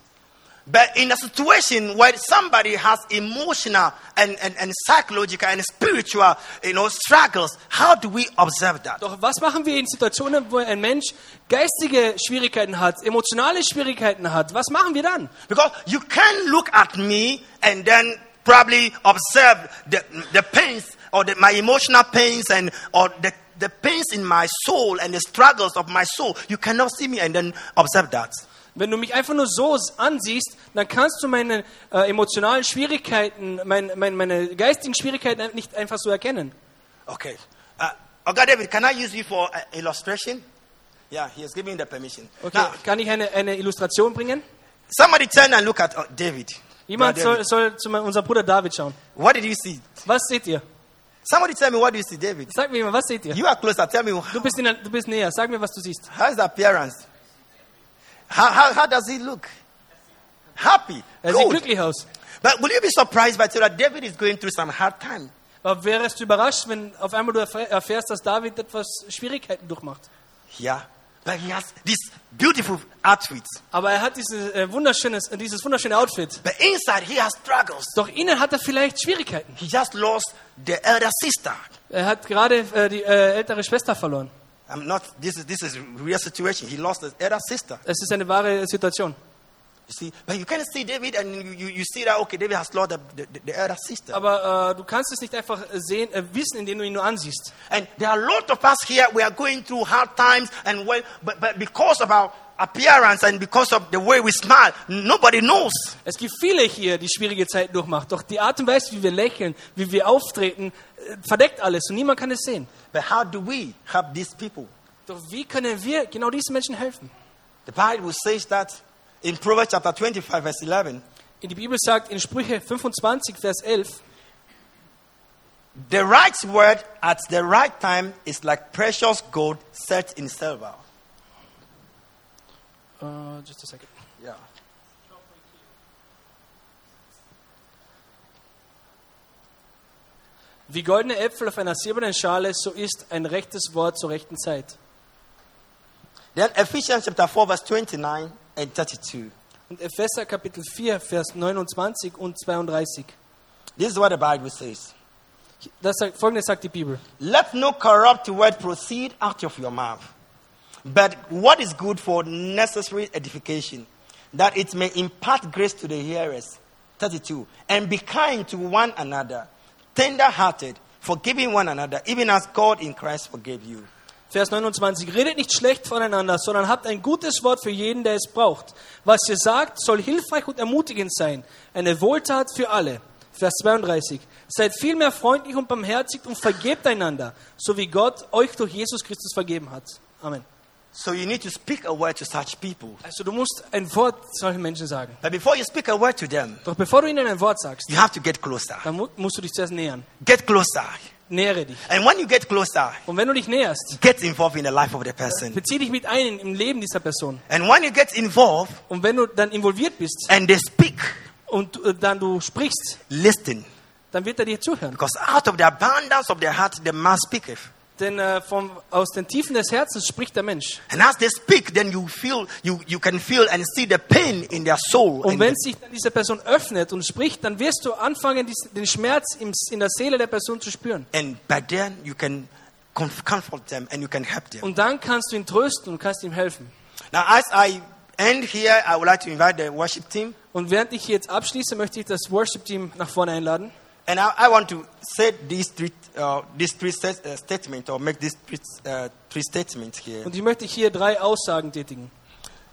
S1: But in a situation where somebody has emotional and, and, and psychological and spiritual you know, struggles, how do we observe that?
S2: Doch was machen wir in Situationen, wo ein Mensch geistige Schwierigkeiten hat, emotionale Schwierigkeiten hat? Was machen wir dann?
S1: Because you can look at me and then probably observe the, the pains or the, my emotional pains and or the, the pains in my soul and the struggles of my soul. You cannot see me and then observe that.
S2: Wenn du mich einfach nur so ansiehst, dann kannst du meine äh, emotionalen Schwierigkeiten, mein, mein, meine geistigen Schwierigkeiten nicht einfach so erkennen.
S1: Okay. Uh, okay, David, can I use you for uh, illustration? Yeah, he has given the permission.
S2: Okay,
S1: Now,
S2: kann ich eine, eine Illustration bringen?
S1: somebody turn and look at uh, David.
S2: Jemand
S1: Brother
S2: soll,
S1: David.
S2: soll zu meinem- unserem Bruder David schauen.
S1: What did you see?
S2: Was seht ihr?
S1: Somebody tell me what do you see, David?
S2: Sag mir mal, was seht ihr?
S1: You are closer. Tell me
S2: Du bist, in, der- du bist näher. Sag mir, was du siehst.
S1: how's the appearance? How, how, how does he look? Happy.
S2: Er sieht
S1: Good.
S2: glücklich aus.
S1: But will you be surprised by that David is going through some hard time?
S2: Aber wärst du überrascht, wenn auf einmal du erfähr- erfährst, dass David etwas Schwierigkeiten durchmacht?
S1: Yeah. But he has this beautiful outfit.
S2: Aber er hat dieses, äh, wunderschönes, äh, dieses wunderschöne Outfit.
S1: But inside he has struggles.
S2: Doch innen hat er vielleicht Schwierigkeiten.
S1: He just lost the elder sister.
S2: Er hat gerade äh, die äh, ältere Schwester verloren.
S1: I'm not this is this is real situation. He lost his elder sister.
S2: Es ist eine wahre Situation.
S1: You see, but you can see David and you, you, you see that okay, David has lost the, the, the elder sister.
S2: Aber äh, du kannst es nicht einfach sehen, äh, wissen, indem du ihn nur ansiehst.
S1: And there are a lot of us here, we are going through hard times, and when, but, but because of our appearance and because of the way we smile, nobody knows.
S2: Es gibt viele hier, die schwierige Zeiten durchmachen. Doch die Art und Weise, wie wir lächeln, wie wir auftreten, äh, verdeckt alles und niemand kann es sehen.
S1: But how do we help these people?
S2: Doch wie können wir genau diesen Menschen helfen?
S1: The Bible says that in Proverbs chapter 25, verse 11,
S2: Die Bibel sagt in Sprüche 25, Vers 11,
S1: the right word at the right time is like precious gold set in silver.
S2: äh, just a second.
S1: Yeah.
S2: Wie goldene Äpfel auf einer silbernen Schale, so ist ein rechtes Wort zur rechten Zeit.
S1: Then Ephesians chapter 4, verse 29 and 32.
S2: Und Epheser Kapitel 4, Vers 29 und 32.
S1: This is what the Bible says.
S2: Das sagt, Folgendes sagt die Bibel.
S1: Let no corrupt word proceed out of your mouth, but what is good for necessary edification, that it may impart grace to the hearers. 32. And be kind to one another, tender hearted, forgiving one another, even as God in Christ forgave you.
S2: Vers 29. Redet nicht schlecht voneinander, sondern habt ein gutes Wort für jeden, der es braucht. Was ihr sagt, soll hilfreich und ermutigend sein. Eine Wohltat für alle. Vers 32. Seid vielmehr freundlich und barmherzig und vergebt einander, so wie Gott euch durch Jesus Christus vergeben hat. Amen.
S1: So you need to speak a word to such people.
S2: Also du musst ein Wort zu solchen Menschen sagen.
S1: But before you speak a word to them,
S2: Doch bevor du ihnen ein Wort sagst,
S1: you have to get closer.
S2: dann mu musst du dich zuerst nähern.
S1: Get closer.
S2: Nähere dich.
S1: And when you get closer,
S2: Und wenn du dich näherst,
S1: get involved in the life of the person.
S2: bezieh dich mit ein im Leben dieser Person.
S1: And when you get involved
S2: Und wenn du dann involviert bist
S1: and they speak,
S2: und äh, dann du sprichst,
S1: listen.
S2: dann wird er dir zuhören.
S1: Because out of the abundance of the heart, the man speaketh.
S2: Denn äh, vom, aus den Tiefen des Herzens spricht der Mensch.
S1: And as they speak, then you feel, you, you can feel and see the pain in their soul.
S2: Und
S1: and
S2: wenn
S1: the-
S2: sich dann diese Person öffnet und spricht, dann wirst du anfangen, dies, den Schmerz im, in der Seele der Person zu spüren.
S1: and by then you can comf- comfort them and you can help them.
S2: Und dann kannst du ihn trösten und kannst ihm helfen.
S1: Now, as I end here, I would like to invite the worship team.
S2: Und während ich jetzt abschließe, möchte ich das Worship-Team nach vorne einladen.
S1: And I, I want to say these three, uh, these three sta- uh, statements or make these three, uh, three statements here.
S2: Und ich möchte hier drei Aussagen tätigen.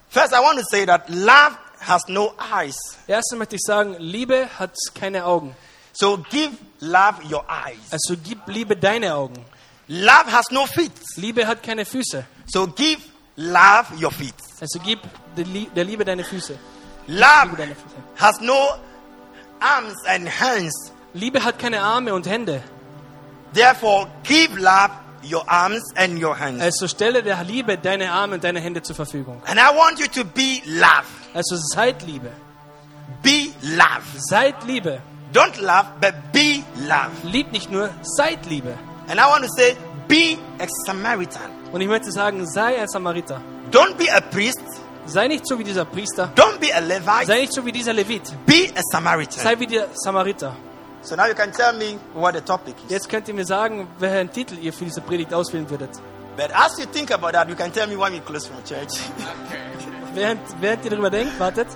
S1: First, I want to say that love has no eyes.
S2: Erstens möchte ich sagen, Liebe hat keine Augen.
S1: So give love your eyes.
S2: Also gib Liebe deine Augen.
S1: Love has no feet.
S2: Liebe hat keine Füße.
S1: So give love your feet.
S2: Also gib der Lie- der Liebe deine Füße.
S1: Love
S2: Liebe deine Füße.
S1: has no arms and hands.
S2: Liebe hat keine Arme und Hände.
S1: Therefore, give love your arms and your hands.
S2: Also stelle der Liebe deine Arme und deine Hände zur Verfügung.
S1: and I want you to be love.
S2: Also seid Liebe.
S1: Be love.
S2: Seid Liebe.
S1: Don't love, but be love.
S2: Liebt nicht nur, seid Liebe.
S1: And I want to say, be a Samaritan.
S2: Und ich möchte sagen, sei ein Samariter.
S1: Don't be a priest.
S2: Sei nicht so wie dieser Priester.
S1: Don't be a Levite,
S2: Sei nicht so wie dieser Levit.
S1: be a Samaritan.
S2: Sei wie der Samariter.
S1: So now you can tell me what the topic is.
S2: Jetzt könnt ihr mir sagen, welchen Titel ihr für diese Predigt auswählen würdet.
S1: But as you think about that, you can tell me when we close from church. (laughs)
S2: Während, während ihr darüber denkt, wartet,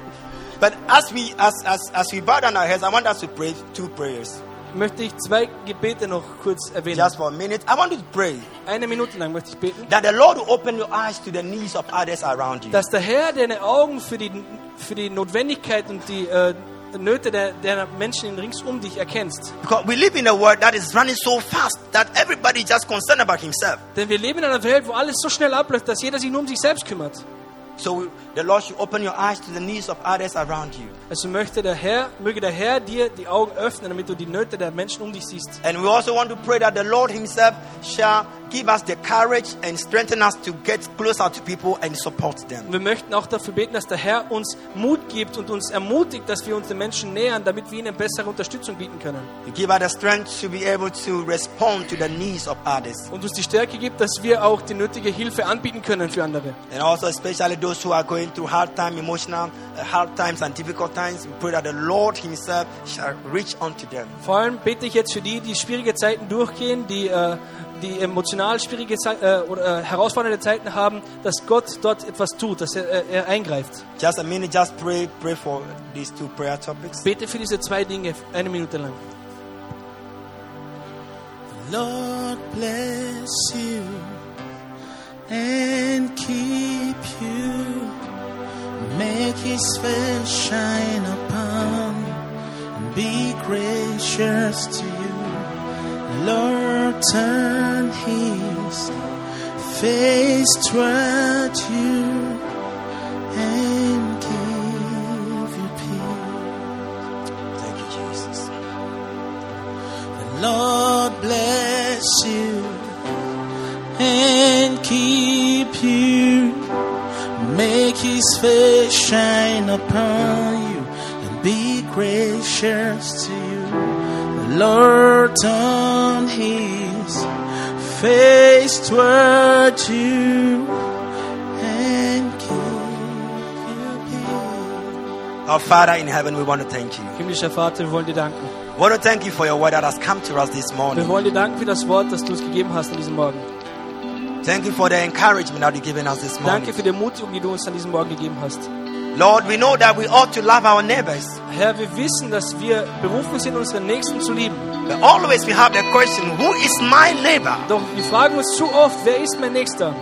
S1: but as we as, as as we bow down our heads, I want us to pray two prayers.
S2: möchte ich zwei Gebete noch kurz erwähnen.
S1: Just for a minute. I want you to pray
S2: Eine Minute lang möchte ich beten,
S1: that the Lord will open your eyes to the needs of others around you.
S2: dass der Herr deine Augen für die, für die Notwendigkeit und die äh, Nöte der, der Menschen rings um dich erkennst.
S1: Because we live in a world that is running so fast that everybody is just concerned about himself.
S2: Denn wir leben in einer Welt, wo alles so schnell abläuft, dass jeder sich nur um sich selbst kümmert.
S1: So we- the Lord should open your eyes to the needs of others around you.
S2: Also möchte der Herr, möge der Herr dir die Augen öffnen, damit du die Nöte der Menschen um dich siehst.
S1: And we also want to pray that the Lord Himself shall give us the courage and strengthen us to get closer to people and support them.
S2: Und wir möchten auch dafür beten, dass der Herr uns Mut gibt und uns ermutigt, dass wir uns den Menschen nähern, damit wir ihnen bessere Unterstützung bieten können.
S1: To give us the strength to be able to respond to the needs of others.
S2: Und uns die Stärke gibt, dass wir auch die nötige Hilfe anbieten können für andere.
S1: And also, especially those who are going through hard time, emotional, uh, hard times, and difficult times, we pray that the Lord Himself shall reach unto them.
S2: Vor allem bete ich jetzt für die, die schwierige Zeiten durchgehen, die, äh, die emotional schwierige Ze äh, oder äh, herausfordernde Zeiten haben, dass Gott dort etwas tut, dass er, äh, er eingreift.
S1: Just a minute, just pray, pray for these two prayer topics.
S2: Bete für diese zwei Dinge eine Minute lang.
S3: Lord bless you and keep you. Make his face shine upon and be gracious to you. Lord, turn his face toward you and give you peace.
S1: Thank you, Jesus.
S3: The Lord bless you and keep you. Make his face shine upon you and be gracious to you. The Lord turn his face toward you and give you peace.
S1: Our Father in heaven, we want to thank you.
S2: Himmlischer Vater, wir wollen dir danken.
S1: We want to thank you for your word that has come to us this
S2: Wir
S1: morning.
S2: wollen dir danken für das Wort, das du uns gegeben hast an diesem Morgen.
S1: Thank you for the encouragement that you've given us this morning.
S2: Danke für die Ermutigung, die du uns an diesem Morgen gegeben hast.
S1: Lord, we know that we ought to love our neighbors,
S2: Herr, wir wissen, dass wir berufen sind, unseren Nächsten zu lieben.
S1: but always we have the question, who is my neighbor?
S2: Doch wir fragen uns zu oft, wer ist mein Nächster?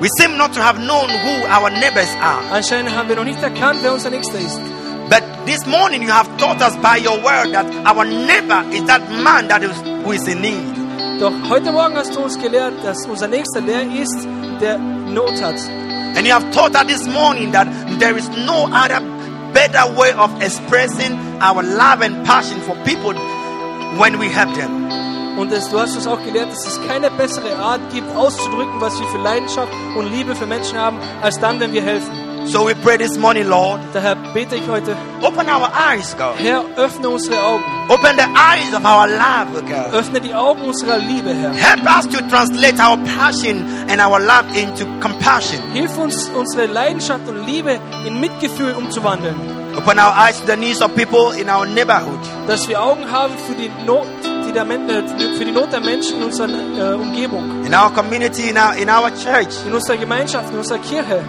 S1: We seem not to have known who our neighbors are.
S2: Anscheinend haben wir noch nicht erkannt, wer unser Nächster ist.
S1: But this morning you have taught us by your word that our neighbor is that man that is, who is in need.
S2: Doch heute Morgen hast du uns gelehrt, dass unser Nächster der ist, der Not hat.
S1: And you have taught us this morning that there is no other better way of expressing our love and passion for people when we help them.
S2: Und dass, du hast uns auch gelehrt, dass es keine bessere Art gibt, auszudrücken, was wir für Leidenschaft und Liebe für Menschen haben, als dann, wenn wir helfen.
S1: So we pray this morning, Lord.
S2: Daher bete ich heute,
S1: Open our eyes, God.
S2: Herr, öffne unsere Augen.
S1: Open the eyes of our love, God.
S2: Öffne die Augen unserer Liebe, Herr.
S1: Help us to translate our passion and our love into compassion.
S2: Hilf uns, unsere Leidenschaft und Liebe in Mitgefühl umzuwandeln,
S1: Open our eyes to the needs of people in our neighborhood.
S2: dass wir Augen haben für die Not, die der, Men- äh, für die Not der Menschen in unserer äh, Umgebung,
S1: In our community, in our in our church,
S2: in unserer Gemeinschaft, in unserer Kirche.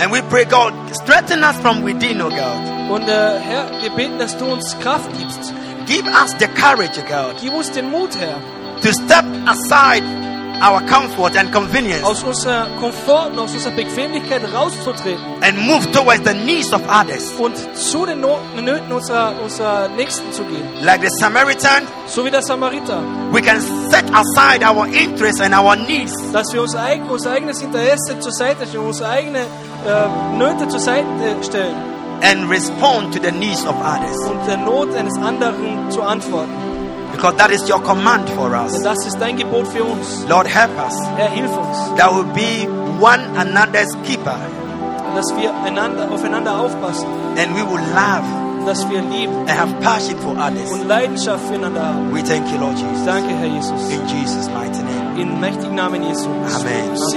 S1: and we pray, God, strengthen us from within, oh God.
S2: Und äh, Herr, wir beten, dass du uns Kraft gibst.
S1: Give us the courage, oh God,
S2: Gib uns den Mut, Herr,
S1: to step aside our comfort and convenience
S2: aus unserer Komfort und aus unserer Bequemlichkeit rauszutreten
S1: and move towards the needs of others,
S2: und zu den Not Nöten unserer, unserer Nächsten zu gehen.
S1: like the Samaritan.
S2: So wie der Samariter,
S1: We can set aside our interests and our needs
S2: dass wir unser, eigen, unser eigenes Interesse zur Seite stellen, unsere eigenen äh, Nöte zur Seite stellen.
S1: and respond to the needs of others.
S2: und der Not eines anderen zu antworten.
S1: Because that is your command for
S2: Denn
S1: us.
S2: das ist dein Gebot für uns.
S1: Lord, help us.
S2: Herr, hilf uns,
S1: That will be one another's keeper.
S2: dass wir einander, aufeinander aufpassen,
S1: And we will love
S2: dass wir lieben
S1: and have passion for others.
S2: und Leidenschaft füreinander haben.
S1: We thank you, Lord Jesus.
S2: Danke, Herr Jesus.
S1: In Jesus' mighty name.
S2: In mächtigen Namen Jesu.
S1: Amen.